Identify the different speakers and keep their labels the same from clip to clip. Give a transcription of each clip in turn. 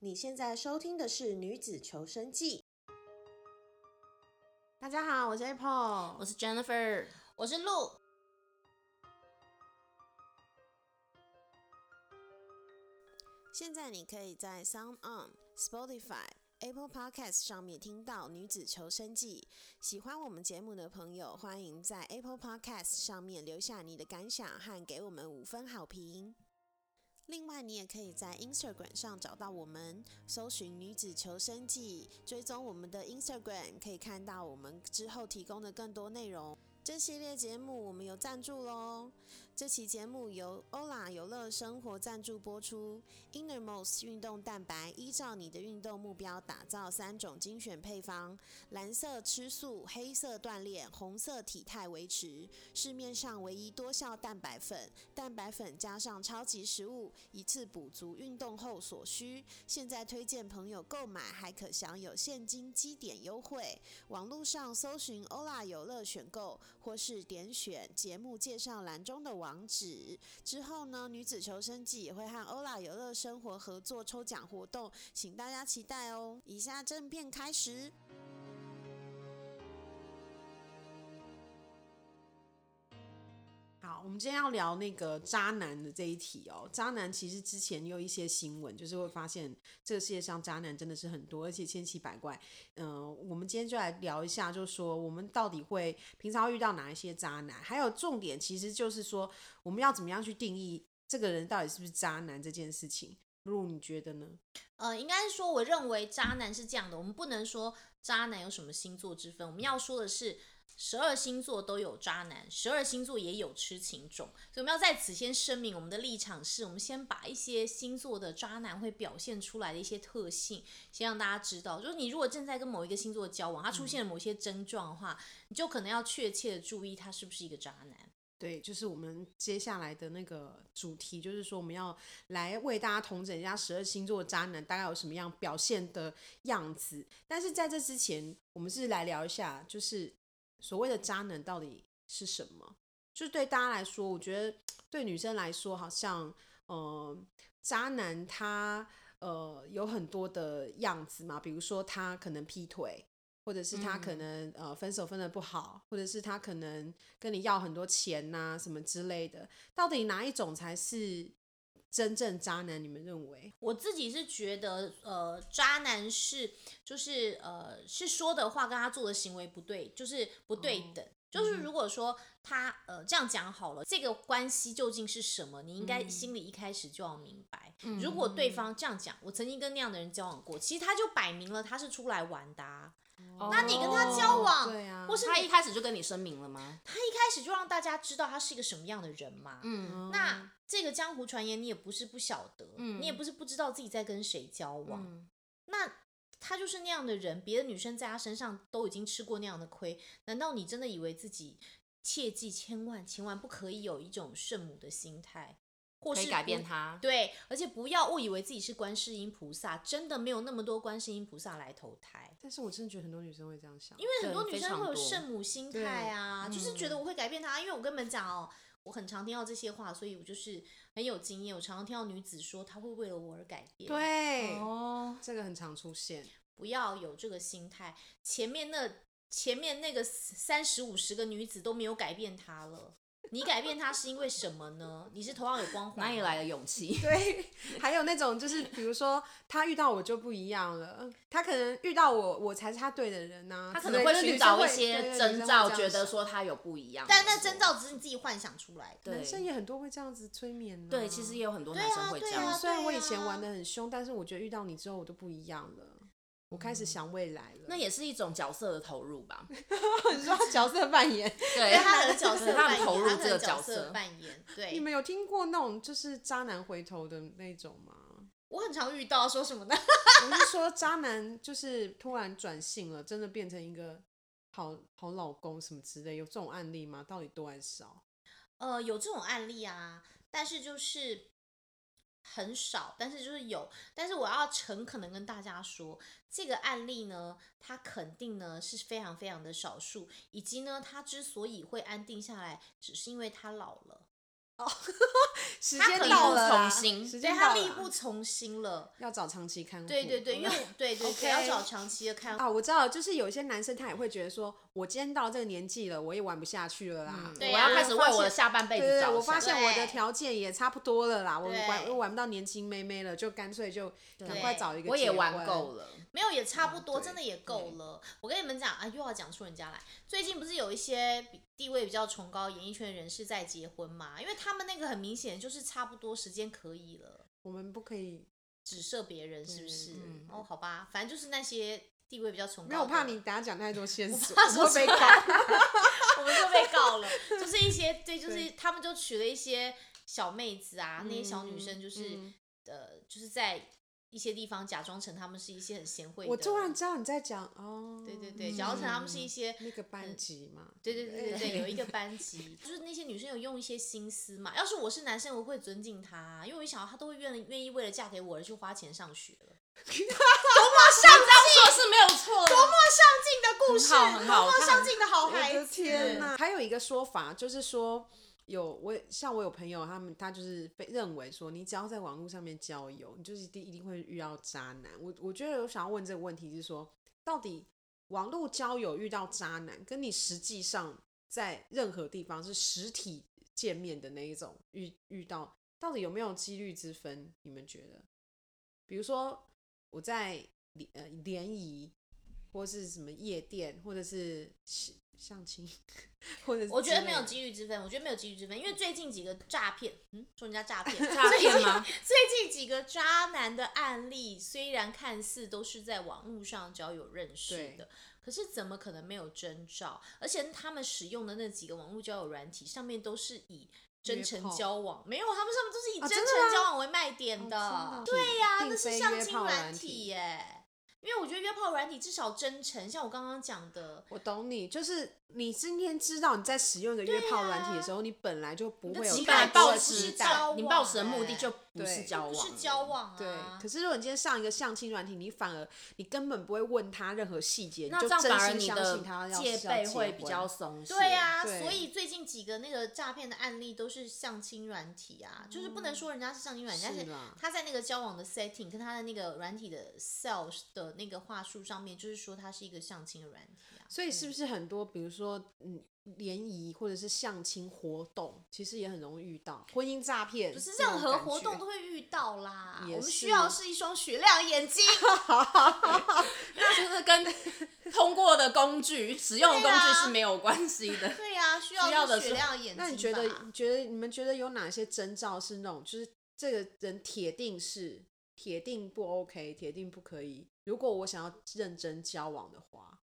Speaker 1: 你现在收听的是《女子求生记》。大家好，我是 Apple，
Speaker 2: 我是 Jennifer，
Speaker 3: 我是鹿。
Speaker 1: 现在你可以在 Sound On、Spotify、Apple Podcast 上面听到《女子求生记》。喜欢我们节目的朋友，欢迎在 Apple Podcast 上面留下你的感想和给我们五分好评。另外，你也可以在 Instagram 上找到我们，搜寻“女子求生记”，追踪我们的 Instagram，可以看到我们之后提供的更多内容。这系列节目我们有赞助喽，这期节目由欧拉有乐生活赞助播出。Innermost 运动蛋白依照你的运动目标打造三种精选配方：蓝色吃素，黑色锻炼，红色体态维持。市面上唯一多效蛋白粉，蛋白粉加上超级食物，一次补足运动后所需。现在推荐朋友购买，还可享有现金积点优惠。网络上搜寻欧拉有乐选购。或是点选节目介绍栏中的网址。之后呢，女子求生记也会和欧拉游乐生活合作抽奖活动，请大家期待哦。以下正片开始。好，我们今天要聊那个渣男的这一题哦。渣男其实之前有一些新闻，就是会发现这个世界上渣男真的是很多，而且千奇百怪。嗯、呃，我们今天就来聊一下，就是说我们到底会平常遇到哪一些渣男，还有重点其实就是说我们要怎么样去定义这个人到底是不是渣男这件事情。露，你觉得呢？
Speaker 3: 呃，应该说，我认为渣男是这样的，我们不能说渣男有什么星座之分，我们要说的是。十二星座都有渣男，十二星座也有痴情种，所以我们要在此先声明，我们的立场是我们先把一些星座的渣男会表现出来的一些特性，先让大家知道。就是你如果正在跟某一个星座交往，他出现了某些症状的话，嗯、你就可能要确切的注意他是不是一个渣男。
Speaker 1: 对，就是我们接下来的那个主题，就是说我们要来为大家统整一下十二星座渣男大概有什么样表现的样子。但是在这之前，我们是来聊一下，就是。所谓的渣男到底是什么？就对大家来说，我觉得对女生来说，好像呃，渣男他呃有很多的样子嘛，比如说他可能劈腿，或者是他可能、嗯、呃分手分的不好，或者是他可能跟你要很多钱呐、啊、什么之类的。到底哪一种才是真正渣男？你们认为？
Speaker 3: 我自己是觉得呃，渣男是。就是呃，是说的话跟他做的行为不对，就是不对等。哦、
Speaker 2: 嗯
Speaker 3: 就是如果说他呃这样讲好了，这个关系究竟是什么，你应该心
Speaker 2: 嗯
Speaker 3: 里一开始就要明白。嗯、如果对方这样讲，我曾经跟那样的人交往过，其实他就摆明了他是出来玩的、啊。哦、那你跟他交往，
Speaker 1: 对啊，
Speaker 3: 或是
Speaker 2: 哦他一开始就跟你声明了吗？
Speaker 3: 他一开始就让大家知道他是一个什么样的人嘛。
Speaker 2: 嗯，
Speaker 3: 那这个江湖传言你也不是不晓得，嗯、你也不是不知道自己在跟谁交往。嗯、那他就是那样的人，别的女生在他身上都已经吃过那样的亏，难道你真的以为自己？切记，千万千万不可以有一种圣母的心态，或是
Speaker 2: 改变他。
Speaker 3: 对，而且不要误以为自己是观世音菩萨，真的没有那么多观世音菩萨来投胎。
Speaker 1: 但是我真的觉得很多女生会这样想，
Speaker 3: 因为很多女生会有圣母心态啊，就是觉
Speaker 2: 嗯
Speaker 3: 得我会改变他，因为我跟你们讲哦。我很常听到这些话，所以我就是很有经验。我常常听到女子说，她会为了我而改变。
Speaker 1: 对，哦，这个很常出现。
Speaker 3: 不要有这个心态。前面那前面那个三十五十个女子都没有改变他了，你改变他是因为什么呢？你是头 上有光环，
Speaker 2: 哪里来的勇气？
Speaker 1: 对，还有那种就是，比如说他遇到我就不一样了，他可能遇到我，我才是他对的人呐、啊。
Speaker 2: 他可能会寻找一些征兆，觉得说他有不一样。
Speaker 3: 但那征兆只是你自己幻想出来的。
Speaker 2: 对，
Speaker 1: 男生也很多会这样子催眠、啊。
Speaker 2: 对，其实也有很多男生会这样。
Speaker 3: 啊、
Speaker 1: 虽然我以前玩的很凶，但是我觉得遇到你之后我都不一样了。我开始想未来了、嗯，
Speaker 2: 那也是一种角色的投入吧？
Speaker 1: 你说角色扮 演，
Speaker 2: 对
Speaker 3: 他的角色扮演，
Speaker 2: 投入这个
Speaker 3: 角
Speaker 2: 色
Speaker 3: 扮演。对，
Speaker 1: 你们有听过那种就是渣男回头的那种吗？
Speaker 3: 我很常遇到，说什么呢？
Speaker 1: 我是说渣男就是突然转性了，真的变成一个好好老公什么之类，有这种案例吗？到底多还是少？
Speaker 3: 呃，有这种案例啊，但是就是很少，但是就是有，但是我要诚恳的跟大家说。这个案例呢，它肯定呢是非常非常的少数，以及呢，他之所以会安定下来，只是因为他老了。
Speaker 4: 时
Speaker 3: 他
Speaker 4: 间
Speaker 3: 力
Speaker 4: 到了
Speaker 3: 不
Speaker 4: 啦，
Speaker 3: 从心，
Speaker 4: 时
Speaker 3: 对
Speaker 4: 间
Speaker 3: 他
Speaker 4: 到了
Speaker 3: 力不
Speaker 4: 啦，
Speaker 3: 从心了。
Speaker 4: 要找长期看护。
Speaker 3: 对对对，因为我对对
Speaker 4: 嗯 OK
Speaker 3: 对，要找长期的看护。
Speaker 4: 啊，我知道，就是有些男生他也会觉得说，我今天到这个年纪了，我也玩不下去了啦，
Speaker 3: 对
Speaker 2: 我
Speaker 4: 我
Speaker 2: 要
Speaker 3: 啊
Speaker 2: 开始为我
Speaker 4: 我
Speaker 2: 的下半辈
Speaker 4: 对
Speaker 2: 子
Speaker 4: 对对，
Speaker 2: 着
Speaker 4: 我发
Speaker 2: 想。
Speaker 4: 现我的
Speaker 3: 对
Speaker 4: 条件也差不多了啦，我
Speaker 3: 对
Speaker 4: 玩我玩不到年轻妹妹了，就干脆就赶快找一个
Speaker 2: 我也
Speaker 4: 结
Speaker 2: 玩
Speaker 4: 婚
Speaker 2: 够了，
Speaker 3: 没有，也差不多，
Speaker 4: 嗯对
Speaker 3: 真的也够了。我跟你们讲啊，又要讲出人家来。最近不是有一些比地位比较崇高演艺圈人士在结婚嘛？因为他们那个很明显就是差不多时间可以了，
Speaker 4: 我们不可以，
Speaker 3: 指涉别人是不是？
Speaker 4: 嗯
Speaker 3: 哦，好吧，反正就是那些地位比较崇高。
Speaker 4: 没有我怕你，等下讲太多线索，
Speaker 3: 怕说
Speaker 4: 我会被
Speaker 3: 出来
Speaker 4: 告。
Speaker 3: 我们就被 告了。就是一些对，就是
Speaker 4: 对
Speaker 3: 他们就娶了一些小妹子啊，那些小女生就是、
Speaker 4: 嗯
Speaker 3: 呃，就是在一些地方假装成他们是一些很贤惠的。
Speaker 4: 我突然知道你在讲哦，
Speaker 3: 对对对，假装成他们是一
Speaker 4: 嗯
Speaker 3: 些
Speaker 4: 那个班级嘛，
Speaker 3: 对对对 对对，有一
Speaker 4: 个
Speaker 3: 个班级，就是那些女生有用一些心思嘛。要是我是男生，我会尊敬她，啊因为我一想到她都会愿愿意为了嫁给我而去花钱上学了。
Speaker 2: 像这样说是没有错的。
Speaker 3: 多么上进的故事，
Speaker 2: 很好很好
Speaker 3: 多
Speaker 2: 我
Speaker 3: 么
Speaker 2: 看
Speaker 3: 上进的好
Speaker 4: 我
Speaker 3: 孩
Speaker 4: 的
Speaker 3: 子。
Speaker 4: 天哪！还有一个说法就是说。有我像我有朋友，他们他就是被认为说，你只要在网络上面交友，你就是一定一定会遇到渣男。我我觉得我想要问这个问题是说，到底网络交友遇到渣男，跟你实际上在任何地方是实体见面的那一种遇遇到，到底有没有几率之分？你们觉得？比如说我在联呃联谊，或是什么夜店，或者是相相亲，或者是
Speaker 3: 我觉得
Speaker 4: 之类
Speaker 3: 没有
Speaker 4: 的
Speaker 3: 机遇之分，我觉得没有机遇之分，因为最近几个诈骗，嗯，说人家诈 骗，
Speaker 2: 诈骗 吗
Speaker 3: 最近最近几个渣男的案例，虽然看似都是在网络上交友认识的
Speaker 4: 对，
Speaker 3: 可是怎么可能没有征兆？而且他们使用的那几个网络交友软体上面都是以真诚交往，没有，他们上面都是以
Speaker 4: 啊
Speaker 3: 真
Speaker 4: 真的
Speaker 3: 诚
Speaker 4: 吗哦
Speaker 3: 交往为卖点的，
Speaker 4: 对呀
Speaker 3: 啊，那是相亲软体。耶。因为我觉得约炮软体至少真诚，像我刚刚讲的，
Speaker 4: 我懂你，就是你今天知道你在使用一个约炮软体的时候，你本来就不会有
Speaker 3: 你
Speaker 2: 你
Speaker 3: 本
Speaker 2: 本
Speaker 3: 来
Speaker 2: 来
Speaker 4: 太多
Speaker 2: 抱
Speaker 4: 的
Speaker 3: 持
Speaker 4: 期
Speaker 2: 持
Speaker 4: 待
Speaker 3: 交
Speaker 2: 的，
Speaker 3: 往
Speaker 2: 你抱持的目
Speaker 3: 哎
Speaker 2: 的就不
Speaker 4: 对
Speaker 2: 是交往，
Speaker 3: 不是交。往啊。
Speaker 4: 对，可是如果你今天上一个相亲软体，你反而你根本不会问他任何细节，你
Speaker 2: 那
Speaker 4: 就
Speaker 2: 这样
Speaker 4: 真
Speaker 2: 反而
Speaker 4: 心
Speaker 2: 你
Speaker 4: 相信他
Speaker 2: 的
Speaker 4: 要
Speaker 2: 戒
Speaker 4: 是要
Speaker 2: 备
Speaker 4: 结
Speaker 2: 会比
Speaker 4: 婚
Speaker 2: 较松懈。
Speaker 3: 对啊呀、
Speaker 4: 对
Speaker 3: 所以最近几个那个诈骗的案例都是相亲软体啊，就是不能说人家是相亲软体，
Speaker 4: 嗯是
Speaker 3: 但是
Speaker 4: 啦
Speaker 3: 他在那个交往的 setting 跟他的那个软体的 sales 的那个话术上面，就是说它是一个相亲的软体啊。
Speaker 4: 所以是不是很多，比如说嗯联谊或者是相亲活动，其实也很容易遇到婚姻诈骗
Speaker 3: 可
Speaker 4: 这
Speaker 3: 是
Speaker 4: 种感觉？
Speaker 3: 任何活动都会遇到啦，
Speaker 4: 也
Speaker 3: 我们
Speaker 4: 是
Speaker 3: 需要是一双雪亮眼 睛，
Speaker 2: 那就是跟通过的工具、使用的工具是没有关系 的。
Speaker 3: 对呀、需
Speaker 2: 需要
Speaker 3: 要
Speaker 2: 的
Speaker 3: 是
Speaker 2: 是
Speaker 3: 雪亮眼睛吧。
Speaker 4: 那你觉得？你觉得你们觉得有哪些征兆是那种，就是这个人铁定是铁定不 OK，铁定不可以？如果我想要认真交往的话，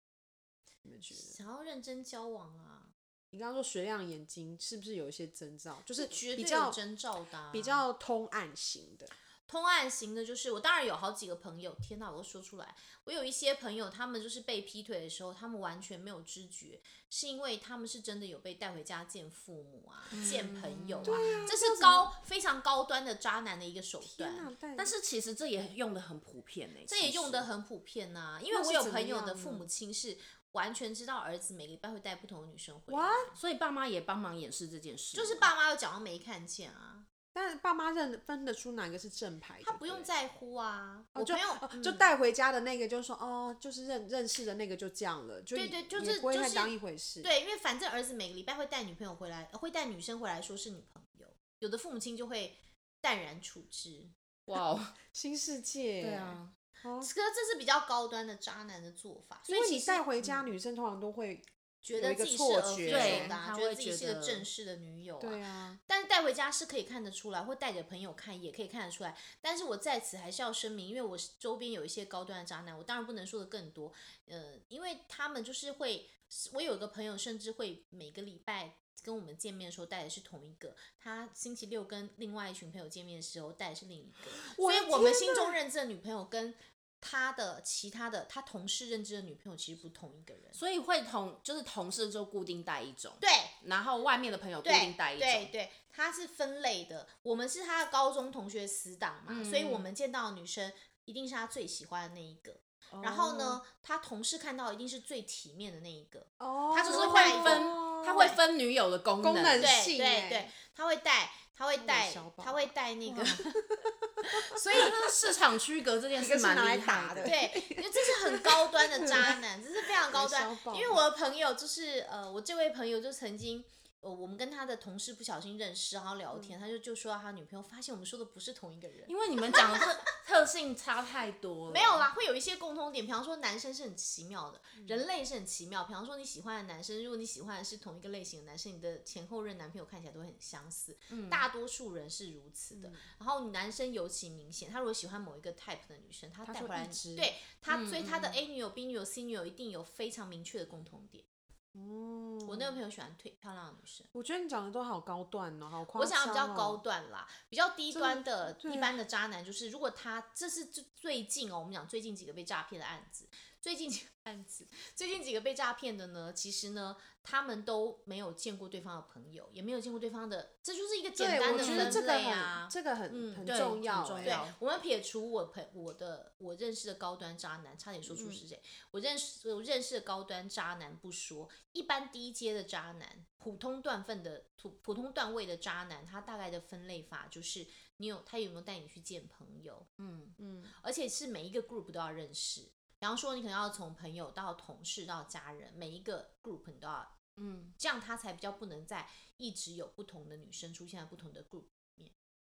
Speaker 4: 你们觉得？
Speaker 3: 想要认真交往啊，
Speaker 4: 你刚刚说水亮眼睛，是不是有一些征兆？就是
Speaker 3: 绝
Speaker 4: 比
Speaker 3: 对有
Speaker 4: 较
Speaker 3: 征兆的、啊，
Speaker 4: 比较通暗型的，
Speaker 3: 通案型的，就是我当然有好几个朋友，天哪，我都说出来。我有一些朋友，他们就是被劈腿的时候，他们完全没有知觉，是因为他们是真的有被带回家见父母啊，
Speaker 4: 嗯
Speaker 3: 见朋友啊，这是高非常高端的渣男的一个手
Speaker 4: 天哪
Speaker 3: 段。！
Speaker 2: 但是其实这也用的很普遍呢、
Speaker 3: 这也
Speaker 2: 其实
Speaker 3: 用的很普遍呐、因为
Speaker 4: 那是
Speaker 3: 我有
Speaker 4: 怎么
Speaker 3: 朋友
Speaker 4: 样
Speaker 3: 的
Speaker 4: 呢
Speaker 3: 父母亲是完全知道儿子每个礼拜会带不同的女生回来
Speaker 4: What？
Speaker 2: 所以爸妈也帮忙掩饰这件事，
Speaker 3: 就是爸妈又假装没看见啊，
Speaker 4: 但爸妈认得分得出哪个是正牌，
Speaker 3: 他
Speaker 4: 对
Speaker 3: 不用
Speaker 4: 对
Speaker 3: 在乎啊。
Speaker 4: 哦
Speaker 3: 我
Speaker 4: 就
Speaker 3: 朋友、
Speaker 4: 哦
Speaker 3: 嗯
Speaker 4: 就带回家的那个，就说哦，就是认认识的那个就这样了，就
Speaker 3: 对
Speaker 4: 也
Speaker 3: 对就
Speaker 4: 也
Speaker 3: 是
Speaker 4: 不会
Speaker 3: 就
Speaker 4: 太
Speaker 3: 是
Speaker 4: 当一回事。
Speaker 3: 对，因为反正儿子每个礼拜会带女朋友回来，呃会带女生回来说是女朋友，有的父母亲就会淡然处之。
Speaker 2: 哇哦，
Speaker 4: 新世界，
Speaker 2: 对，啊，
Speaker 4: 哦
Speaker 3: 可，是这是比较高端的渣男的做法，所
Speaker 4: 因
Speaker 3: 以
Speaker 4: 为
Speaker 3: 其
Speaker 4: 你
Speaker 3: 实
Speaker 4: 带回
Speaker 3: 嗯
Speaker 4: 家，女生通常都会
Speaker 3: 觉
Speaker 4: 有
Speaker 3: 得
Speaker 4: 一个
Speaker 3: 自己是
Speaker 4: 错
Speaker 3: 儿
Speaker 4: 觉
Speaker 3: 非所的、
Speaker 2: 对
Speaker 3: 啊，
Speaker 2: 他
Speaker 3: 觉得
Speaker 2: 会
Speaker 3: 自己
Speaker 2: 觉
Speaker 3: 是个
Speaker 2: 得
Speaker 3: 正式的女友
Speaker 4: 对
Speaker 3: 啊。
Speaker 4: 啊，
Speaker 3: 但是带回家是可以看得出来，或带给朋友看也可以看得出来。但是我在此还是要声明，因为我是周边有一些高端的渣男，我当然不能说的更多。呃，因为他们就是会，我有一个朋友甚至会每个礼拜跟我们见面的时候带的是同一个，他星期六跟另外一群朋友见面的时候带的是另一个，
Speaker 4: 我
Speaker 3: 所以
Speaker 4: 的
Speaker 3: 我们心中认知的女朋友跟他的其他的他同事认知的女朋友其实不同一个人。
Speaker 2: 所以会同就是同事就固定带一种，
Speaker 3: 对，
Speaker 2: 然后外面的朋友固
Speaker 3: 对
Speaker 2: 定带一
Speaker 3: 对
Speaker 2: 种，
Speaker 3: 对，他是分类的。我们是他的高中同学死党嘛，所以我们见到的女生一定是他最喜欢的那一个。然后呢，他同事看到一定是最体面的那一个。
Speaker 4: 哦，
Speaker 3: 他就是
Speaker 2: 会分
Speaker 1: 哦，
Speaker 2: 它会分女友的功能。
Speaker 4: 功能
Speaker 3: 对
Speaker 4: 性
Speaker 3: 对
Speaker 4: 欸
Speaker 3: 对，他会带，他会带
Speaker 4: 小，宝
Speaker 3: 他会带那个，
Speaker 2: 所以市场区隔这件事蛮厉害的。
Speaker 3: 对， 因为这是很高端的渣男，这是非常高端
Speaker 4: 小。宝
Speaker 3: 因为我的朋友就是呃，我这位朋友就曾经。呃，我们跟他的同事不小心认识，然后聊天，他就就说到他女朋友，发现我们说的不是同一个人，
Speaker 2: 因为你们讲的特特性差太多了。
Speaker 3: 没有啦，会有一些共通点，比方说男生是很奇妙的，
Speaker 4: 嗯
Speaker 3: 人类是很奇妙。比方说你喜欢的男生，如果你喜欢的是同一个类型的男生，你的前后任男朋友看起来都会很相似，
Speaker 4: 嗯
Speaker 3: 大多数人是如此的。然后男生尤其明显，他如果喜欢某一个 type 的女生，他带
Speaker 4: 就
Speaker 3: 回来
Speaker 4: 一嗯直
Speaker 3: 对他，所以他的 A 女友、B 女友、C 女友一定有非常明确的共同点。
Speaker 4: 嗯
Speaker 3: 我那个朋友喜欢腿漂亮的女生。
Speaker 4: 我觉得你讲的都好高段哦，好夸
Speaker 3: 我
Speaker 4: 张、哦。
Speaker 3: 想要比较高段啦，比较低端
Speaker 4: 真的
Speaker 3: 的
Speaker 4: 对
Speaker 3: 一般的渣男，就是如果他这是最最近哦，我们讲最近几个被诈骗的案子，最近几个案子，最近几个被诈骗的呢，其实呢，他们都没有见过对方的朋友，也没有见过对方的，这就是一个
Speaker 4: 对，
Speaker 3: 简单
Speaker 4: 我
Speaker 3: 的
Speaker 4: 觉得这
Speaker 3: 分
Speaker 4: 个
Speaker 3: 类
Speaker 4: 很、
Speaker 3: 啊。
Speaker 4: 这个很、
Speaker 3: 嗯
Speaker 4: 很
Speaker 3: 对
Speaker 4: 重要、欸
Speaker 2: 很重
Speaker 3: 对
Speaker 2: 要，
Speaker 3: 我们撇除我朋我的我认识的高端渣男，差点说出是谁。我认识我认识的高端渣男不说，一般低阶的渣男，普通段份的普普通段位的渣男，他大概的分类法就是你有他有没有带你去见朋友，嗯嗯，而且是每一个 group 都要认识。比方说，你可能要从朋友到同事到家人，每一个 group 你都要，嗯，这样他才比较不能再一直有不同的女生出现在不同的 group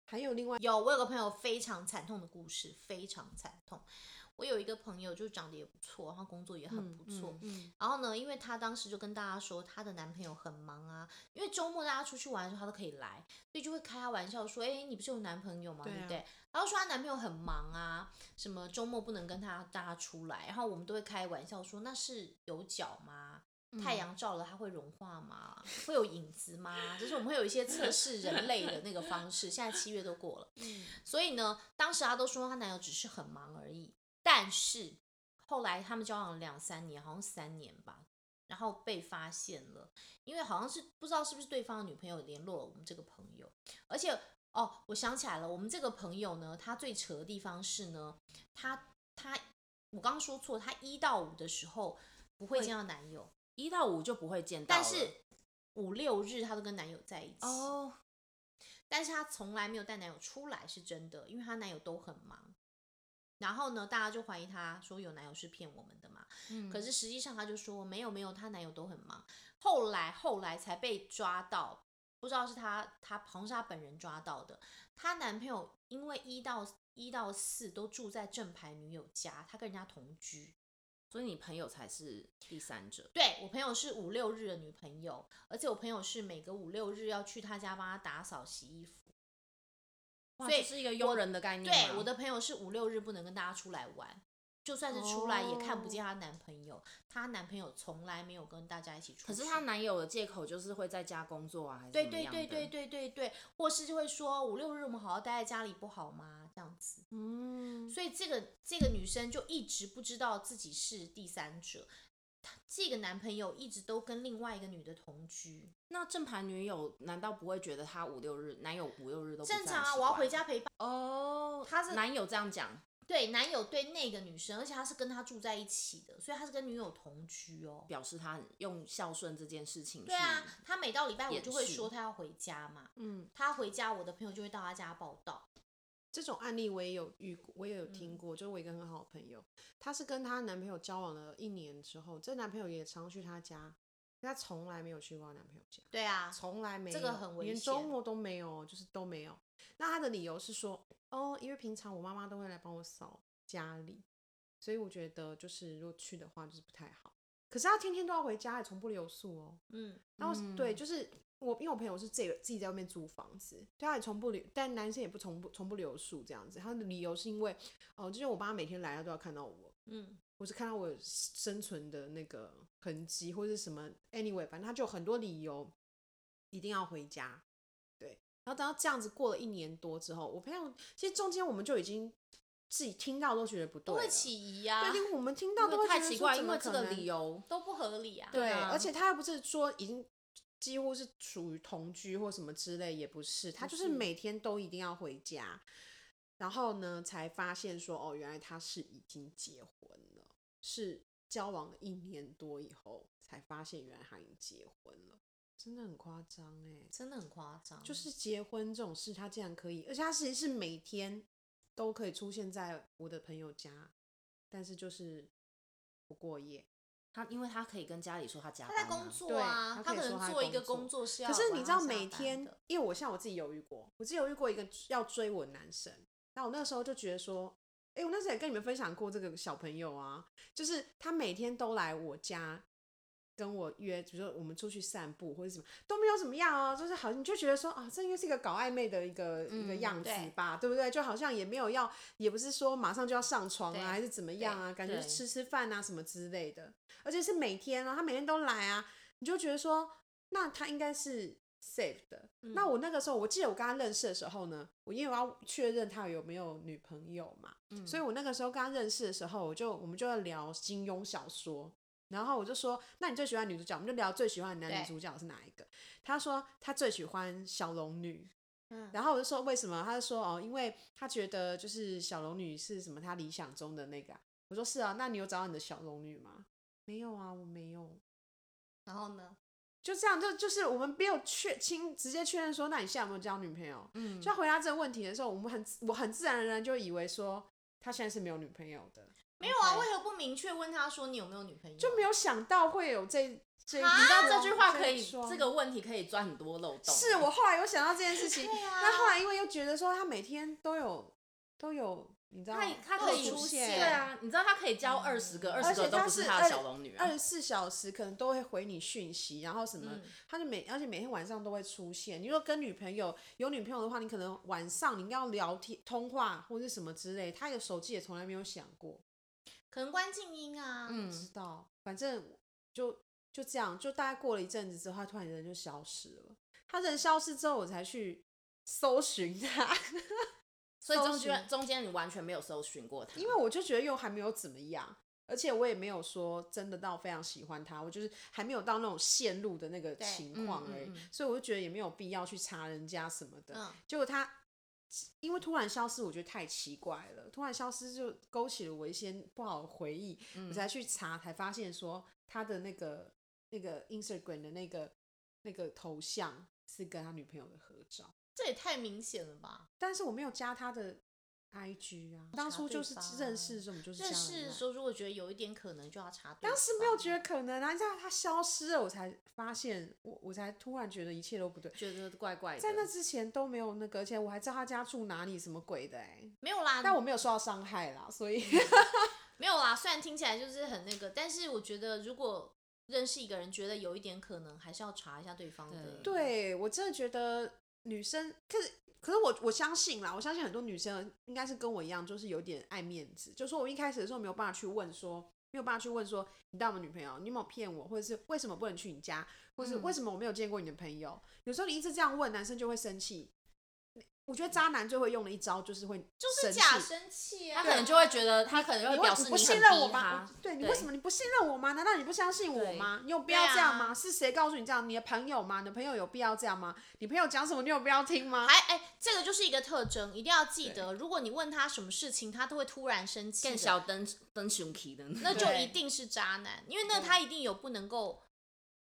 Speaker 4: 还有另外
Speaker 3: 有，我有个朋友非常惨痛的故事，非常惨痛。我有一个朋友，就长得也不错，然后工作也
Speaker 4: 嗯
Speaker 3: 很不错。然后呢，因为她当时就跟大家说，她的男朋友很忙啊，因为周末大家出去玩的时候，她都可以来，所以就会开她玩笑说：“哎、你不是有男朋友吗？对
Speaker 4: 对啊
Speaker 3: 不对？”然后说她男朋友很忙啊，什么周末不能跟她大家出来。然后我们都会开玩笑说：“那是有脚吗？”太阳照了，它会融化吗？会有影子吗？就是我们会有一些测试人类的那个方式。现在七月都过了，所以呢，当时她都说她男友只是很忙而已，但是后来他们交往了两三年，好像三年吧，然后被发现了，因为好像是不知道是不是对方的女朋友联络了我们这个朋友，而且哦，我想起来了，我们这个朋友呢，他最扯的地方是呢，他他我刚刚说错，他一到五的时候不会见到男友，
Speaker 2: 一到五就不会见到
Speaker 3: 但
Speaker 2: 了，
Speaker 3: 是五六日她都跟男友在一起，
Speaker 2: 哦，
Speaker 3: 但是她从来没有带男友出来，是真的，因为她男友都很忙。然后呢，大家就怀疑她说有男友是骗我们的嘛，
Speaker 2: 嗯
Speaker 3: 可是实际上她就说没有没有，她男友都很忙。后来后来才被抓到，不知道是她她好像是她本人抓到的。她男朋友因为一到一到四都住在正牌女友家，她跟人家同居，
Speaker 2: 所以你朋友才是第三者。
Speaker 3: 对我朋友是五六日的女朋友，而且我朋友是每个五六日要去她家帮她打扫、洗衣服。
Speaker 2: 哇
Speaker 3: 所以
Speaker 2: 这是一个佣人的概念啊吗。
Speaker 3: 对，我的朋友是五六日不能跟大家出来玩，就算是出来也看不见
Speaker 2: 哦
Speaker 3: 她男朋友。她男朋友从来没有跟大家一起出去。
Speaker 2: 可是她男友的借口就是会在家工作啊，还是
Speaker 3: 对
Speaker 2: 怎么
Speaker 3: 对
Speaker 2: 样
Speaker 3: 对对
Speaker 2: 的，
Speaker 3: 对对对，或是就会说五六日我们好好待在家里不好吗？这样子。
Speaker 4: 嗯，
Speaker 3: 所以这个这个女生就一直不知道自己是第三者。她这个男朋友一直都跟另外一个女的同居，
Speaker 2: 那正牌女友难道不会觉得她五六日男友五六日都不在
Speaker 3: 正常啊，
Speaker 2: 很奇
Speaker 3: 我要
Speaker 2: 怪
Speaker 3: 回家陪伴。
Speaker 2: 哦。
Speaker 3: 她是
Speaker 2: 男友这样讲，
Speaker 3: 对，男友对那个女生，而且他是跟她住在一起的，所以他是跟女友同居哦。
Speaker 2: 表示他很用孝顺这件事情去。
Speaker 3: 对啊，他每到礼拜五
Speaker 2: 掩
Speaker 3: 就会
Speaker 2: 饰
Speaker 3: 说他要回家嘛，
Speaker 4: 嗯，
Speaker 3: 他回家，我的朋友就会到他家报道。
Speaker 4: 这种案例我也有遇过，我也有
Speaker 3: 嗯
Speaker 4: 听过。就是我一个很好的朋友，她是跟她男朋友交往了一年之后，这男朋友也常去她家，她从来没有去过她男朋友家，
Speaker 3: 对啊，
Speaker 4: 从来没有，
Speaker 3: 这个很危
Speaker 4: 连
Speaker 3: 险
Speaker 4: 周末都没有，就是都没有。那她的理由是说，哦，因为平常我妈妈都会来帮我扫家里，所以我觉得就是如果去的话就是不太好。可是她天天都要回家，也从不留宿哦。
Speaker 3: 嗯，
Speaker 4: 然后是、对，
Speaker 2: 嗯
Speaker 4: 就是我，因为我朋友是自己自己在外面租房子，对他也从不留，但男生也不从不从不留宿这样子。他的理由是因为，哦、就是我爸每天来，他都要看到我，
Speaker 3: 嗯，
Speaker 4: 我是看到我生存的那个痕迹或者是什么，anyway，反正他就有很多理由一定要回家。对，然后等到这样子过了一年多之后，我朋友其实中间我们就已经自己听到都觉得不对
Speaker 3: 都
Speaker 4: 了，
Speaker 3: 会起疑啊
Speaker 4: 对，，因为我们听
Speaker 2: 因
Speaker 4: 到都
Speaker 2: 为
Speaker 4: 会
Speaker 2: 太
Speaker 4: 觉得
Speaker 2: 奇
Speaker 4: 说
Speaker 2: 怪，
Speaker 4: 怎
Speaker 2: 因
Speaker 4: 么
Speaker 2: 为这
Speaker 4: 可
Speaker 2: 个
Speaker 4: 能
Speaker 2: 理由，
Speaker 3: 都不合理啊。
Speaker 4: 对，
Speaker 2: 啊
Speaker 4: 而且他又不是说已经几乎是属于同居或什么之类，也不是，他就是每天都一定要回家，然后呢才发现说，哦，原来他是已经结婚了，是交往了一年多以后才发现原来他已经结婚了。真的很夸张哎，
Speaker 3: 真的很夸张。
Speaker 4: 就是结婚这种事，他竟然可以，而且他其实是每天都可以出现在我的朋友家，但是就是不过夜。
Speaker 2: 他因为他可以跟家里说他加
Speaker 3: 他
Speaker 2: 班、啊，
Speaker 3: 在工作
Speaker 4: 对
Speaker 3: 啊，
Speaker 4: 他可以
Speaker 3: 可
Speaker 4: 说他
Speaker 3: 能
Speaker 4: 在
Speaker 3: 做一个
Speaker 4: 工作
Speaker 3: 工作是要
Speaker 4: 可
Speaker 3: 晚
Speaker 4: 是
Speaker 3: 上下班的，
Speaker 4: 你知道，每天因为我像我自己犹豫过，我自己犹豫过一个要追我的男生，那我那时候就觉得说，哎、我那时候也跟你们分享过这个小朋友啊，就是他每天都来我家跟我约，比如说我们出去散步或者什么都没有怎么样哦，就是好像你就觉得说啊，这应该是一个搞暧昧的一个、一个
Speaker 3: 嗯
Speaker 4: 样子
Speaker 3: 对
Speaker 4: 吧，对不对？就好像也没有要，也不是说马上就要上床
Speaker 3: 对
Speaker 4: 啊，还是怎么样啊，感觉
Speaker 2: 对
Speaker 4: 吃吃饭啊什么之类的，而且是每天啊，他每天都来啊，你就觉得说，那他应该是 safe 的。
Speaker 3: 嗯
Speaker 4: 那我那个时候，我记得我跟他认识的时候呢，我因为我要确认他有没有女朋友嘛，
Speaker 3: 嗯
Speaker 4: 所以我那个时候跟他认识的时候，我就我们就在聊金庸小说。然后我就说，那你最喜欢女主角？我们就聊最喜欢的男女
Speaker 3: 对
Speaker 4: 主角是哪一个？他说他最喜欢小龙女，
Speaker 3: 嗯
Speaker 4: 然后我就说为什么？他就说哦，因为他觉得就是小龙女是什么他理想中的那个啊、我说是啊，那你有找到你的小龙女吗？没有啊，我没有。
Speaker 3: 然后呢，
Speaker 4: 就这样，就就是我们没有确亲直接确认说，那你现在有没有交女朋友？嗯，就要回答这个问题的时候，我们很我很自然而然就以为说他现在是没有女朋友的，
Speaker 3: 没有啊？
Speaker 2: OK
Speaker 3: 为何不明确问他说你有没有女朋友？
Speaker 4: 就没有想到会有这这一
Speaker 3: 啊
Speaker 2: 你知道这
Speaker 4: 桩
Speaker 2: 句话可
Speaker 4: 一
Speaker 2: 以，
Speaker 4: 桩
Speaker 2: 这个问题可以钻很多漏洞。啊
Speaker 4: 是我后来有想到这件事情，
Speaker 3: 对啊
Speaker 4: 那后来因为又觉得说他每天都有都有，你知道
Speaker 2: 他他可以
Speaker 4: 都有出现嗯
Speaker 2: 对啊，你知道他可以教二十个，二
Speaker 4: 而
Speaker 2: 十
Speaker 4: 且
Speaker 2: 个都
Speaker 4: 他
Speaker 2: 不是他
Speaker 4: 二
Speaker 2: 的小龙女啊
Speaker 4: 二。十四小时可能都会回你讯息，然后什么，
Speaker 3: 嗯
Speaker 4: 他就每而且每天晚上都会出现。你说跟女朋友有女朋友的话，你可能晚上你应该要聊天、通话或者什么之类，他的手机也从来没有响过，
Speaker 3: 可能关静音啊，
Speaker 2: 嗯
Speaker 4: 不知道。反正就就这样，就大概过了一阵子之后，他突然人就消失了。他人消失之后，我才去搜寻他，
Speaker 2: 所以中
Speaker 4: 搜
Speaker 2: 间中间你完全没有搜寻过他，
Speaker 4: 因为我就觉得又还没有怎么样，而且我也没有说真的到非常喜欢他，我就是还没有到那种陷入的那个
Speaker 3: 对
Speaker 4: 情况
Speaker 2: 嗯嗯
Speaker 4: 而已，
Speaker 2: 嗯
Speaker 4: 所以我就觉得也没有必要去查人家什么的。
Speaker 3: 嗯
Speaker 4: 结果他因为突然消失，我觉得太奇怪了，突然消失就勾起了我一些不好的回忆，
Speaker 2: 嗯
Speaker 4: 我才去查，才发现说他的那个那个 Instagram 的那个那个头像是跟他女朋友的合照。
Speaker 3: 这也太明显了吧？
Speaker 4: 但是我没有加他的 IG 啊，当初就是认识的时候我们就是
Speaker 3: 认
Speaker 4: 加了
Speaker 3: 识的
Speaker 4: Line
Speaker 3: 时候如果觉得有一点可能，就要查。
Speaker 4: 当时没有觉得可能啊，你知道他消失了，我才发现，我我才突然觉得一切都不对。
Speaker 2: 觉得怪怪的。
Speaker 4: 在那之前都没有那个，而且我还知道他家住哪里，什么鬼的哎、
Speaker 3: 没有啦，
Speaker 4: 但我没有受到伤害啦，所以
Speaker 3: 没有啦。虽然听起来就是很那个，但是我觉得如果认识一个人，觉得有一点可能，还是要查一下对方的。
Speaker 2: 对
Speaker 4: 对我真的觉得女生，可是可是我我相信啦，我相信很多女生应该是跟我一样，就是有点爱面子，就说我一开始的时候没有办法去问说。没有办法去问说你当我们女朋友，你有没有骗我，或者是为什么不能去你家，或
Speaker 3: 嗯
Speaker 4: 是为什么我没有见过你的朋友？有时候你一直这样问，男生就会生气。我觉得渣男最会用的一招就是会
Speaker 3: 就
Speaker 4: 生
Speaker 3: 是
Speaker 4: 气
Speaker 3: 假生气啊，
Speaker 2: 他可能就会觉得，他可能
Speaker 4: 你
Speaker 2: 会
Speaker 4: 为
Speaker 2: 表
Speaker 4: 你
Speaker 2: 示
Speaker 4: 不
Speaker 2: 你很
Speaker 4: 信任我
Speaker 2: 逼
Speaker 4: 吗
Speaker 2: 他？
Speaker 4: 我，对你
Speaker 2: 对
Speaker 4: 为什么你不信任我吗？难道你不相信我吗？你有必要
Speaker 3: 对啊
Speaker 4: 这样吗？是谁告诉你这样？你的朋友吗？你的朋友有必要这样吗？你朋友讲什么你有必要听吗？
Speaker 3: 还哎、这个就是一个特征，一定要记得。如果你问他什么事情，他都会突然生气
Speaker 2: 更
Speaker 3: 的，
Speaker 2: 小灯灯熊皮的，
Speaker 3: 那就
Speaker 4: 对
Speaker 3: 一定是渣男，因为那他一定有不能够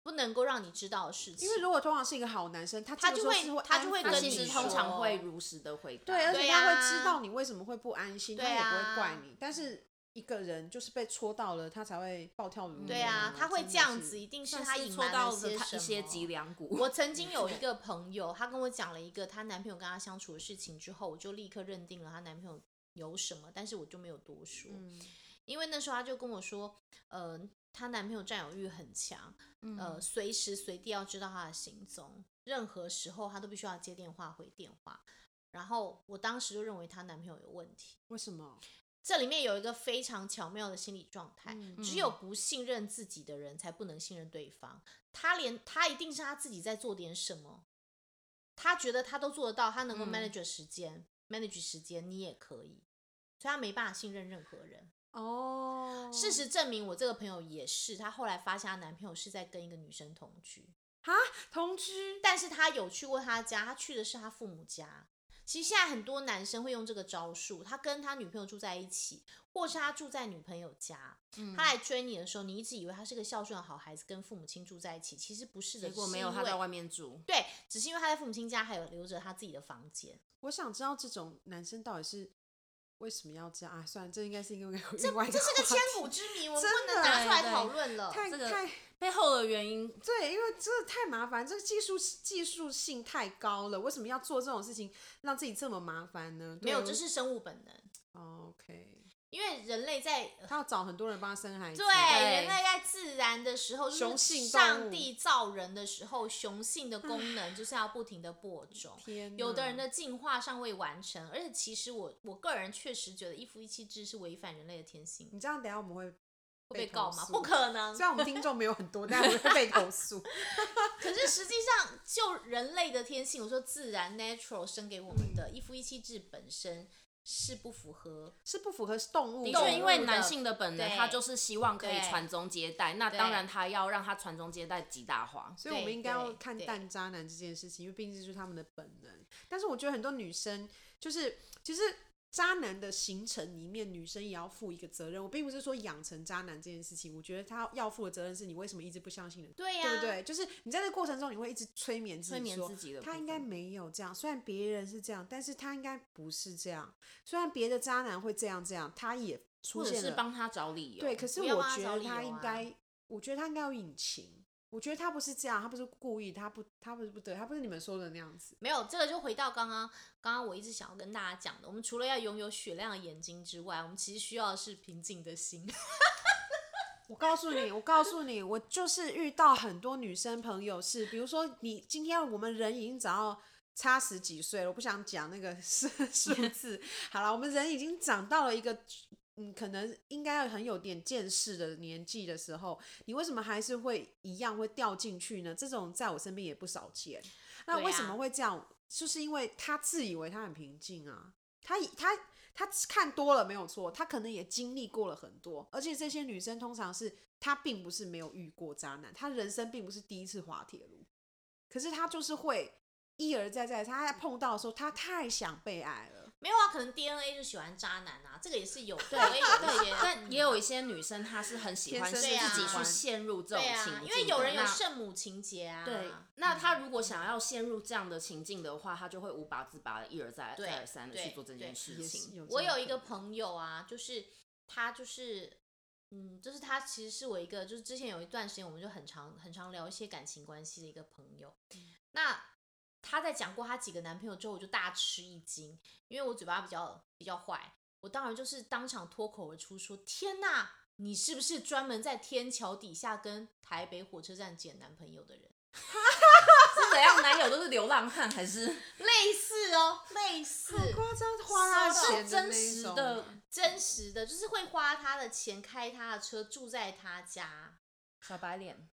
Speaker 3: 不能够让你知道的事情。
Speaker 4: 因为如果通常是一个好男生，他
Speaker 3: 他
Speaker 4: 这个时
Speaker 3: 就会
Speaker 4: 候是会
Speaker 3: 他就
Speaker 4: 安
Speaker 3: 会
Speaker 4: 抚
Speaker 2: 他
Speaker 3: 跟
Speaker 2: 其
Speaker 4: 你
Speaker 2: 实
Speaker 3: 你
Speaker 2: 通常
Speaker 3: 说
Speaker 2: 会如实的回答。
Speaker 4: 对，而且
Speaker 3: 对
Speaker 4: 他
Speaker 3: 啊
Speaker 4: 会知道你为什么会不安心，他
Speaker 3: 对
Speaker 4: 也不会
Speaker 3: 啊
Speaker 4: 怪你。但是一个人就是被戳到了，他才会暴跳如雷。
Speaker 3: 对啊，他会
Speaker 4: 嗯真的
Speaker 3: 这样
Speaker 4: 是
Speaker 3: 子，一定
Speaker 2: 但
Speaker 3: 他
Speaker 2: 是
Speaker 3: 隐
Speaker 2: 戳
Speaker 3: 瞒
Speaker 2: 到
Speaker 3: 了
Speaker 2: 了
Speaker 3: 些
Speaker 2: 他
Speaker 3: 什
Speaker 2: 一些
Speaker 3: 么
Speaker 2: 脊梁骨。
Speaker 3: 我曾经有一个朋友，她跟我讲了一个她男朋友跟她相处的事情之后，我就立刻认定了她男朋友有什么，但是我就没有多说，
Speaker 4: 嗯
Speaker 3: 因为那时候她就跟我说，呃，她男朋友占有欲很强，呃，随时随地要知道她的行踪，任何时候她都必须要接电话回电话。然后我当时就认为她男朋友有问题，
Speaker 4: 为什么？
Speaker 3: 这里面有一个非常巧妙的心理状态，
Speaker 4: 嗯
Speaker 3: 只有不信任自己的人才不能信任对方。他连他一定是他自己在做点什么，他觉得他都做得到，他能够
Speaker 2: 嗯
Speaker 3: manage 时间、m a n a g e 时间，你也可以，所以他没办法信任任何人。
Speaker 4: 哦，
Speaker 3: 事实证明，我这个朋友也是，她后来发现她男朋友是在跟一个女生同居，
Speaker 4: 啊，同居
Speaker 3: 但是她有去过她家，她去的是她父母家。其实现在很多男生会用这个招数，他跟他女朋友住在一起，或是他住在女朋友家，
Speaker 2: 嗯
Speaker 3: 他来追你的时候，你一直以为他是个孝顺的好孩子，跟父母亲住在一起，其实不是的。
Speaker 2: 结果
Speaker 3: 只是
Speaker 2: 没有，
Speaker 3: 因
Speaker 2: 他
Speaker 3: 为
Speaker 2: 在外面住，
Speaker 3: 对，只是因为他在父母亲家还有留着他自己的房间，
Speaker 4: 我想知道这种男生到底是为什么要这样啊？算了，这应该是一个这
Speaker 3: 这这是个 千古之谜，我们不
Speaker 4: 真
Speaker 3: 能
Speaker 4: 的
Speaker 3: 拿出来
Speaker 2: 哎对
Speaker 3: 讨论了。
Speaker 4: 太
Speaker 2: 这个
Speaker 4: 太
Speaker 2: 背后的原因
Speaker 4: 对，因为真的太麻烦，这个技术技术性太高了，为什么要做这种事情，让自己这么麻烦呢？
Speaker 3: 没有，
Speaker 4: 对
Speaker 3: 这是生物本能，
Speaker 4: 哦 OK，
Speaker 3: 因为人类在
Speaker 4: 他要找很多人帮他生孩子，
Speaker 3: 对
Speaker 2: 对
Speaker 3: 人类在自然的时候，就
Speaker 4: 雄
Speaker 3: 是
Speaker 4: 性动
Speaker 3: 上
Speaker 4: 物
Speaker 3: 帝造人的时候，雄性的功能就是要不停的播种。
Speaker 4: 天
Speaker 3: 有的人
Speaker 4: 哪
Speaker 3: 的进化尚未完成，而且其实我我个人确实觉得一夫一妻制是违反人类的天性，
Speaker 4: 你这样，等一下我们会
Speaker 3: 会被
Speaker 4: 投
Speaker 3: 告吗？
Speaker 4: 诉
Speaker 3: 不可能
Speaker 4: 虽。然我们听众没有很多，但我们会被投诉。
Speaker 3: 可是实际上，就人类的天性，我说自然 natural 生给我们
Speaker 4: 嗯
Speaker 3: 的、一夫一妻制本身是不符合
Speaker 4: 是不符合动物
Speaker 2: 的
Speaker 3: 动
Speaker 2: 确，
Speaker 3: 物
Speaker 2: 因为
Speaker 3: 的
Speaker 2: 男性的本能，
Speaker 3: 对
Speaker 2: 他就是希望可以
Speaker 3: 对
Speaker 2: 传宗接代。那
Speaker 3: 对
Speaker 2: 当然，他要让他传宗接代极大化。
Speaker 4: 所以我们
Speaker 3: 对
Speaker 4: 应该要
Speaker 3: 对
Speaker 4: 看
Speaker 3: 对
Speaker 4: 淡渣男这件事情，因为毕竟这就是他们的本能。但是我觉得很多女生就是，其实渣男的形成里面，女生也要负一个责任。我并不是说养成渣男这件事情，我觉得他要负的责任是你为什么一直不相信人，
Speaker 3: 对呀、
Speaker 4: 对不对？就是你在这个过程中，你会一直催眠自
Speaker 2: 啊催
Speaker 4: 己
Speaker 2: 眠
Speaker 4: 说
Speaker 2: 自己的
Speaker 4: 他
Speaker 2: 部
Speaker 4: 应该
Speaker 2: 分
Speaker 4: 没有这样，虽然别人是这样，但是他应该不是这样。虽然别的渣男会这样这样，他也出
Speaker 2: 或者
Speaker 4: 现
Speaker 2: 是
Speaker 4: 了
Speaker 2: 帮他找理由。
Speaker 4: 对，可是
Speaker 3: 哦要
Speaker 4: 我
Speaker 3: 帮他
Speaker 4: 觉
Speaker 3: 找
Speaker 4: 得
Speaker 3: 理
Speaker 4: 他
Speaker 3: 由
Speaker 4: 应
Speaker 3: 啊
Speaker 4: 该，我觉得他应该有隐情。我觉得他不是这样，他不是故意，他不，他不是不对，他不是你们说的那样子。
Speaker 3: 没有，这个就回到刚刚，刚刚我一直想要跟大家讲的，我们除了要拥有雪亮的眼睛之外，我们其实需要的是平静的心。
Speaker 4: 我告诉你，我告诉你，我就是遇到很多女生朋友是，比如说你今天我们人已经长到差十几岁了，我不想讲那个数数字。好了，我们人已经长到了一个嗯，可能应该很有点见识的年纪的时候，你为什么还是会一样会掉进去呢？这种在我身边也不少见。那
Speaker 3: 对
Speaker 4: 为什
Speaker 3: 啊
Speaker 4: 么会这样？就是因为他自以为他很平静啊，他以他他看多了没有错，他可能也经历过了很多，而且这些女生通常是她并不是没有遇过渣男，她人生并不是第一次滑铁卢，可是她就是会一而再再而三，她在碰到的时候，她太想被爱了。
Speaker 3: 没有啊，可能 DNA 就喜欢渣男啊，这个也是有，对，我也有一些，
Speaker 2: 但也有一些女生，她是很喜欢
Speaker 4: 天
Speaker 2: 自
Speaker 4: 生
Speaker 2: 己
Speaker 3: 就喜
Speaker 2: 去
Speaker 3: 欢
Speaker 2: 陷入这种
Speaker 3: 对
Speaker 2: 情境
Speaker 3: 啊
Speaker 2: 的、，
Speaker 3: 因为有人有
Speaker 2: 那
Speaker 3: 圣母情节啊，
Speaker 2: 对，那他如果想要陷入这样的情境的话，他就会无法自拔，一而再，
Speaker 3: 对
Speaker 2: 再而三的
Speaker 3: 对
Speaker 2: 去做这件
Speaker 3: 对
Speaker 2: 事
Speaker 4: 也是
Speaker 2: 情。
Speaker 4: 有这
Speaker 3: 我
Speaker 4: 种
Speaker 3: 有一
Speaker 4: 可
Speaker 3: 个
Speaker 4: 能
Speaker 3: 朋友啊，就是他就是，嗯，就是他其实是我一个，就是之前有一段时间我们就很常很常聊一些感情关系的一个朋友。那他在讲过他几个男朋友之后，我就大吃一惊，因为我嘴巴比较比较坏，我当然就是当场脱口而出说：“天哪，你是不是专门在天桥底下跟台北火车站捡男朋友的人？”
Speaker 2: 是怎样？男友都是流浪汉还是？
Speaker 3: 类似哦， 类似，
Speaker 4: 夸张花大
Speaker 2: 是
Speaker 4: 钱
Speaker 2: 哦真
Speaker 4: 那一
Speaker 2: 实
Speaker 4: 种
Speaker 2: 的
Speaker 4: 啊
Speaker 3: 真实的，就是会花他的钱开他的车，住在他家，
Speaker 2: 小白脸，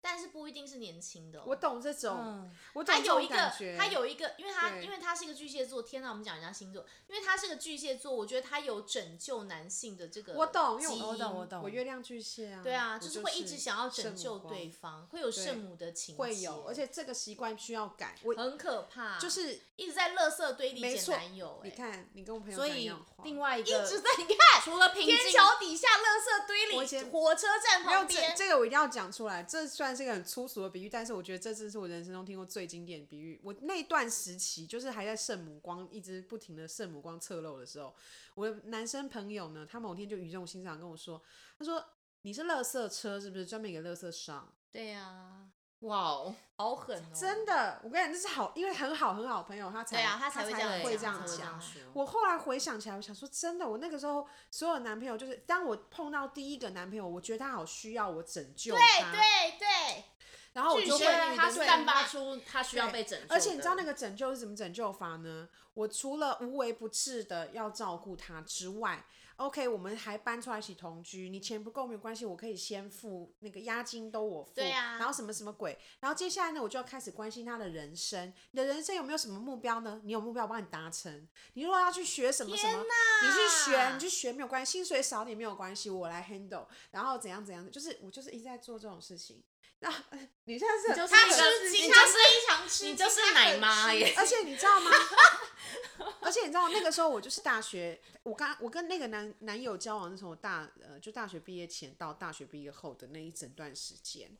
Speaker 3: 但是不一定是年轻的、哦。
Speaker 4: 我懂这种，
Speaker 2: 嗯，
Speaker 4: 我懂
Speaker 3: 他
Speaker 4: 这
Speaker 3: 有
Speaker 4: 种
Speaker 3: 一个
Speaker 4: 感觉，，
Speaker 3: 他有一个，因为他
Speaker 4: 对
Speaker 3: 因为他是个巨蟹座，天哪，我们讲人家星座，因为他是个巨蟹座，我觉得他有拯救男性的这个，
Speaker 4: 我懂，因为
Speaker 2: 我懂我懂
Speaker 4: 我月亮巨蟹啊，
Speaker 3: 对啊，
Speaker 4: 我
Speaker 3: 就
Speaker 4: 就是
Speaker 3: 会一直想要拯救
Speaker 4: 圣母光
Speaker 3: 对，方，会有圣母的情节，
Speaker 4: 会有，而且这个习惯需要改，我
Speaker 3: 很可怕，
Speaker 4: 就是
Speaker 3: 一直在垃圾堆里
Speaker 4: 没
Speaker 3: 捡
Speaker 4: 错
Speaker 3: 男友、
Speaker 4: 你
Speaker 3: 哎，
Speaker 4: 看，你跟我朋友
Speaker 2: 所
Speaker 4: 讲一
Speaker 2: 以
Speaker 4: 样话
Speaker 2: 另外一
Speaker 3: 一
Speaker 2: 个
Speaker 3: 直在你看
Speaker 2: 除了平静
Speaker 3: 天，桥底下垃圾堆
Speaker 4: 我以前
Speaker 3: 里，火车站
Speaker 4: 没有
Speaker 3: 旁
Speaker 4: 这
Speaker 3: 边，
Speaker 4: 这个我一定要讲出来，这虽然是一个很粗俗的比喻，但是我觉得这真是我人生中听过最经典的比喻。我那段时期就是还在圣母光一直不停的圣母光侧漏的时候，我的男生朋友呢，他某天就语重心长跟我说，他说你是垃圾车是不是？专门给垃圾上。
Speaker 3: 对啊，
Speaker 2: 哇哦，
Speaker 3: 好狠哦，
Speaker 4: 真的，我跟你讲，这是好，因为很好很好的朋友，他才
Speaker 3: 对啊他才
Speaker 4: 才
Speaker 3: 会这样
Speaker 4: 会
Speaker 3: 讲
Speaker 4: 这样
Speaker 3: 才会这样
Speaker 4: 讲。
Speaker 2: 说
Speaker 4: 我后来回想起来，我想说，真的，我那个时候所有男朋友，就是当我碰到第一个男朋友，我觉得他好需要我拯救
Speaker 3: 对
Speaker 4: 他，
Speaker 3: 对对，
Speaker 4: 然后我就
Speaker 2: 就
Speaker 4: 会
Speaker 2: 会啊他
Speaker 4: 他
Speaker 2: 是
Speaker 4: 是
Speaker 2: 散发出他需要被拯救的，
Speaker 4: 而且你知道那个拯救是怎么拯救法呢？我除了无微不至的要照顾他之外，OK，我们还搬出来一起同居。你钱不够没有关系，我可以先付那个押金都我付，
Speaker 3: 对啊
Speaker 4: 然后什么什么鬼，然后接下来呢，我就要开始关心他的人生。你的人生有没有什么目标呢？你有目标，我帮你达成。你如果要去学什么什么，你去学，你去学没有关系，薪水少点没有关系，我来 handle。然后怎样怎样的，就是我就是一直在做这种事情。那 你现在是
Speaker 2: 就是
Speaker 4: 他
Speaker 2: 一个
Speaker 4: 吃
Speaker 2: 自己
Speaker 4: 惊
Speaker 3: 你
Speaker 2: 你
Speaker 3: 就
Speaker 2: 就是
Speaker 3: 非常吃惊，
Speaker 2: 你就是奶妈 耶！
Speaker 4: 而且你知 道吗？而且你知道那个时候我就是大学，我刚我跟那个男男友交往是从我大呃就大学毕业前到大学毕业后的那一整段时间，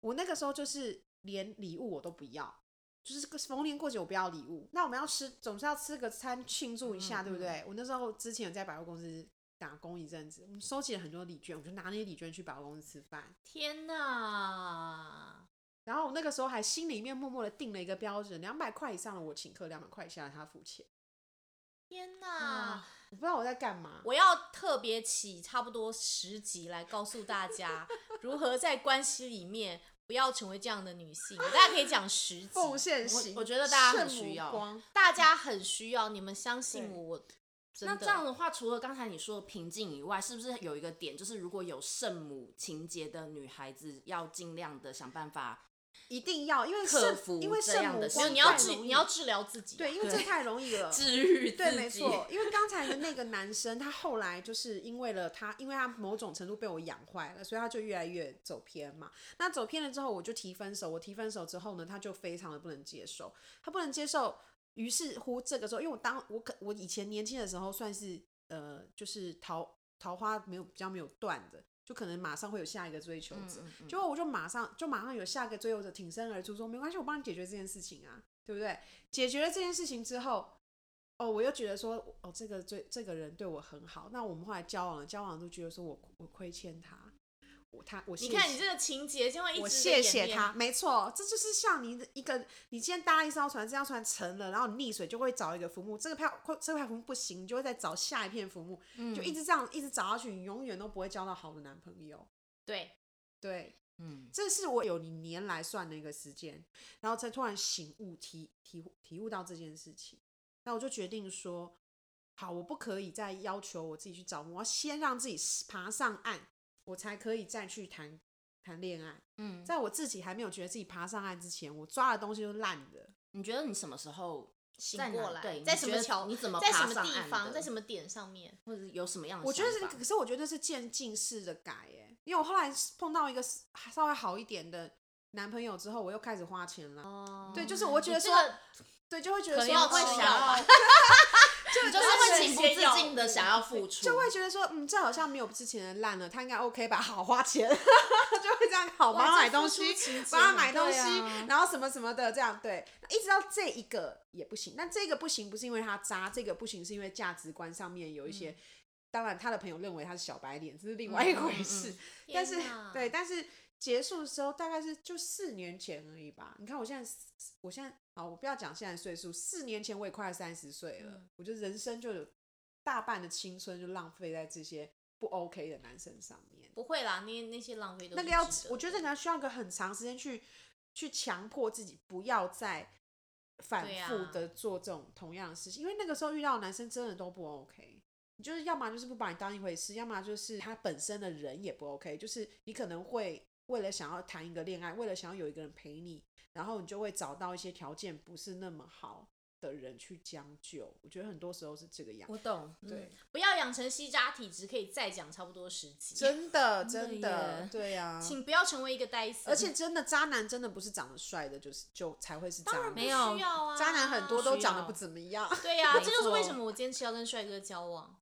Speaker 4: 我那个时候就是连礼物我都不要，就是个逢年过节我不要礼物。那我们要吃总是要吃个餐庆祝一
Speaker 2: 嗯
Speaker 4: 下，对不对？我那时候之前有在百货公司打工一阵子，我们收集了很多礼券，我就拿那些礼券去百货公司吃饭。
Speaker 3: 天哪！
Speaker 4: 然后我那个时候还心里面默默的定了一个标准，两百块以上的我请客，两百块以下的他付钱。
Speaker 3: 天哪！
Speaker 4: 我不知道我在干嘛。
Speaker 3: 我要特别起差不多十集来告诉大家 如何在关系里面不要成为这样的女性。大家可以讲十集，
Speaker 4: 奉献型
Speaker 3: 我我觉得大家
Speaker 4: 圣
Speaker 3: 很
Speaker 4: 母
Speaker 3: 需要
Speaker 4: 光，
Speaker 3: 大家很需要，你们相信
Speaker 4: 对
Speaker 3: 我，我真
Speaker 2: 那
Speaker 3: 的
Speaker 2: 这样的话，除了刚才你说的平静以外，是不是有一个点，就是如果有圣母情节的女孩子，要尽量的想办法
Speaker 4: 一定要，因为
Speaker 2: 克
Speaker 4: 圣
Speaker 2: 服
Speaker 4: 因为
Speaker 2: 这
Speaker 4: 圣
Speaker 2: 样
Speaker 4: 母
Speaker 2: 的
Speaker 4: 光
Speaker 2: 没
Speaker 3: 没有
Speaker 2: 有
Speaker 3: 你要
Speaker 4: 太
Speaker 3: 治
Speaker 4: 容易
Speaker 3: 你要治疗自己，啊
Speaker 4: 对，因为这太容易 了。
Speaker 2: 治愈自己。
Speaker 4: 对，没错，因为刚才的那个男生，他后来就是因为了他，因为他某种程度被我养坏了，所以他就越来越走偏嘛。那走偏了之后，我就提分手。我提分手之后呢，他就非常的不能接受，他不能接受。于是乎，这个时候，因为我当我可我以前年轻的时候，算是呃，就是桃桃花没有比较没有断的，就可能马上会有下一个追求
Speaker 2: 嗯
Speaker 4: 者。
Speaker 3: 嗯
Speaker 4: 结果我就马上就马上有下一个追求者挺身而出说，没关系，我帮你解决这件事情啊，对不对？解决了这件事情之后，哦，我又觉得说，哦，这个这这个人对我很好，那我们后来交往了，交往就觉得说我我亏欠他，我他我谢
Speaker 3: 你
Speaker 4: 谢
Speaker 3: 看你这个情节就会一直
Speaker 4: 我
Speaker 3: 被
Speaker 4: 谢谢
Speaker 3: 演变
Speaker 4: 他，，没错，这就是像你的一个，你今天搭一艘船，这艘船沉了，然后你溺水就会找一个浮木，这个漂这块浮木不行，你就会再找下一片浮木，
Speaker 3: 嗯
Speaker 4: 就一直这样一直找下去，你永远都不会交到好的男朋友。
Speaker 3: 对，
Speaker 4: 对，
Speaker 2: 嗯，
Speaker 4: 这是我有你年来算的一个时间，然后才突然醒悟提提体悟到这件事情，那我就决定说，好，我不可以再要求我自己去找木，我要先让自己爬上岸，我才可以再去谈谈恋爱。
Speaker 3: 嗯，
Speaker 4: 在我自己还没有觉得自己爬上岸之前，我抓的东西都烂的。
Speaker 2: 你觉得你什么时候在
Speaker 3: 醒
Speaker 2: 哪
Speaker 3: 过来，
Speaker 2: 对，
Speaker 3: 在
Speaker 2: 你
Speaker 3: 什
Speaker 2: 觉
Speaker 3: 么
Speaker 2: 得
Speaker 3: 桥，
Speaker 2: 你怎么
Speaker 3: 在
Speaker 2: 爬
Speaker 3: 什么
Speaker 2: 上
Speaker 3: 地
Speaker 2: 岸
Speaker 3: 方，
Speaker 2: 的
Speaker 3: 在什么点上面？
Speaker 2: 或者有什么样的想法？
Speaker 4: 我觉得是，可是我觉得是渐进式的改耶，因为我后来碰到一个稍微好一点的男朋友之后，我又开始花钱了。
Speaker 3: 哦
Speaker 4: 对，就是我觉得
Speaker 3: 这
Speaker 4: 说，
Speaker 3: 个
Speaker 4: 对，就会觉得
Speaker 3: 可
Speaker 4: 说
Speaker 3: 能
Speaker 2: 会
Speaker 4: 哦
Speaker 2: 想要
Speaker 3: 啊
Speaker 4: 哦
Speaker 2: 你就是会情不自禁的想要付出，
Speaker 4: 就会觉得说，嗯，这好像没有之前的烂了，他应该 OK 吧？好花钱， 就会这样好帮他买东西，帮他买东西，然后什么什么的，这样对，一直到这一个也不行。但这个不行，不是因为他渣，这个不行是因为价值观上面有一些。当然，他的朋友认为他是小白脸，这是另外一回事。但是
Speaker 3: 天哪，
Speaker 4: 对，但是结束的时候大概是就四年前而已吧。你看我现在四，我现在好，我不要讲现在的岁数，四年前我也快三十岁
Speaker 3: 嗯
Speaker 4: 了，我觉得人生就有大半的青春就浪费在这些不 OK 的男生上面。
Speaker 3: 不会啦，那那些浪费都
Speaker 4: 那
Speaker 3: 是
Speaker 4: 个要
Speaker 3: 值，
Speaker 4: 我觉得那
Speaker 3: 的
Speaker 4: 个需要一个很长时间去去强迫自己不要再反
Speaker 3: 对
Speaker 4: 复
Speaker 3: 啊
Speaker 4: 的做这种同样的事情，因为那个时候遇到的男生真的都不 OK。你就是要么就是不把你当一回事，要么就是他本身的人也不 OK，就是你可能会为了想要谈一个恋爱，为了想要有一个人陪你，然后你就会找到一些条件不是那么好的人去将就。我觉得很多时候是这个样子。
Speaker 2: 我懂，
Speaker 4: 对，
Speaker 3: 不要养成吸渣体质，可以再讲差不多十集。
Speaker 4: 真的真
Speaker 2: 真的
Speaker 4: 的
Speaker 2: 耶
Speaker 4: 对啊，
Speaker 3: 请不要成为一个呆丝，
Speaker 4: 而且真的渣男真的不是长得帅的，就是就才会是渣男。
Speaker 2: 没有
Speaker 3: 不需要啊，
Speaker 4: 渣男很多都
Speaker 2: 需
Speaker 4: 长得
Speaker 2: 要
Speaker 4: 不怎么 样。
Speaker 3: 对呀、
Speaker 2: 没
Speaker 3: 这就是为
Speaker 2: 错
Speaker 3: 什么我坚持要跟帅哥交 往，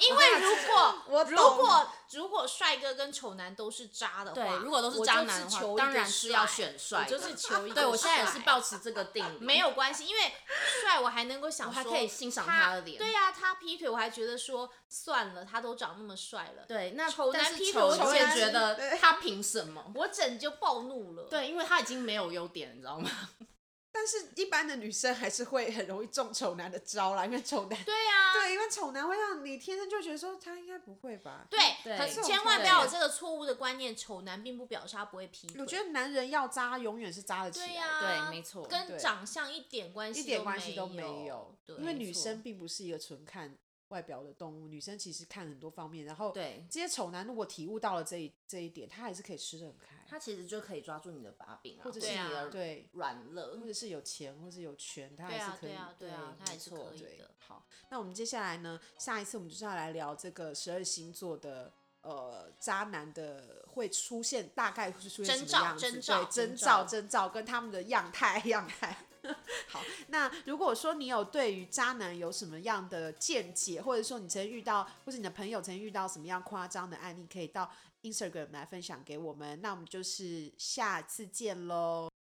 Speaker 3: 因为如果
Speaker 4: 我
Speaker 3: 如
Speaker 4: 懂
Speaker 3: 果如果帅哥跟丑男都是渣的话，
Speaker 2: 对，如果都是
Speaker 3: 我
Speaker 2: 渣
Speaker 3: 就
Speaker 2: 男的话
Speaker 3: 求一，个
Speaker 2: 当然是要选
Speaker 3: 帅，
Speaker 2: 帅
Speaker 3: 我
Speaker 2: 的，
Speaker 3: 就是求一个
Speaker 2: 对我现在也是
Speaker 3: 帅
Speaker 2: 抱持这个定理，
Speaker 3: 没有关系，因为帅我还能够想
Speaker 2: 我
Speaker 3: 说，
Speaker 2: 还可以欣赏他
Speaker 3: 他
Speaker 2: 的脸
Speaker 3: 对呀、他劈腿我还觉得说算了，他都长那么帅了，
Speaker 2: 对，那
Speaker 3: 丑
Speaker 2: 但
Speaker 3: 男
Speaker 2: 是
Speaker 3: 劈
Speaker 2: 丑
Speaker 3: 腿
Speaker 2: 就会
Speaker 4: 丑男
Speaker 2: 觉得
Speaker 4: 对
Speaker 2: 他凭什么？
Speaker 3: 我整就暴怒了。，
Speaker 2: 对，因为他已经没有优点，你知道吗？
Speaker 4: 但是，一般的女生还是会很容易中丑男的招啦，因为丑男
Speaker 3: 对啊呀、
Speaker 4: 对，因为丑男会让你天生就觉得说他应该不会吧。
Speaker 3: 对
Speaker 2: 对
Speaker 3: 可
Speaker 2: 这
Speaker 4: 种
Speaker 3: 千万不
Speaker 4: 对
Speaker 3: 要有这个错误的观念，丑男并不表示他不会劈腿。
Speaker 4: 我觉得男人要渣，永远是渣得起来，
Speaker 3: 对啊呀、
Speaker 2: 对没错
Speaker 3: 跟
Speaker 4: 对
Speaker 3: 长相一点关系
Speaker 4: 一点关系都没
Speaker 3: 有
Speaker 4: 有。。
Speaker 3: 对，
Speaker 4: 因为
Speaker 2: 没
Speaker 4: 女
Speaker 2: 错
Speaker 4: 生并不是一个纯看外表的动物，女生其实看很多方面。然后，
Speaker 2: 对
Speaker 4: 这些丑男如果体悟到了这一这一点，他还是可以吃得很开，
Speaker 2: 他其实就可以抓住你的把柄啊，
Speaker 4: 或者
Speaker 2: 是
Speaker 4: 是
Speaker 3: 啊对啊
Speaker 2: 你的
Speaker 4: 对。
Speaker 2: 软肋
Speaker 4: 或。者是有钱，或者是有权，他还
Speaker 3: 对啊
Speaker 4: 是可以。
Speaker 3: 对啊对啊他
Speaker 4: 没
Speaker 3: 还是
Speaker 4: 错
Speaker 3: 可以
Speaker 4: 对
Speaker 3: 的
Speaker 4: 好，那我们接下来呢？下一次我们就是要来聊这个十二星座的呃渣男的会出现，大概会出现
Speaker 3: 征
Speaker 4: 什么
Speaker 3: 兆
Speaker 4: 样子？
Speaker 3: 征
Speaker 4: 对
Speaker 3: 兆
Speaker 4: 征
Speaker 3: 征
Speaker 4: 兆
Speaker 3: 兆
Speaker 4: 征兆跟他们的样态 样态。好，那如果说你有对于渣男有什么样的见解，或者说你曾遇到，或者你的朋友曾遇到什么样夸张的案例，可以到 Instagram 来分享给我们。那我们就是下次见喽。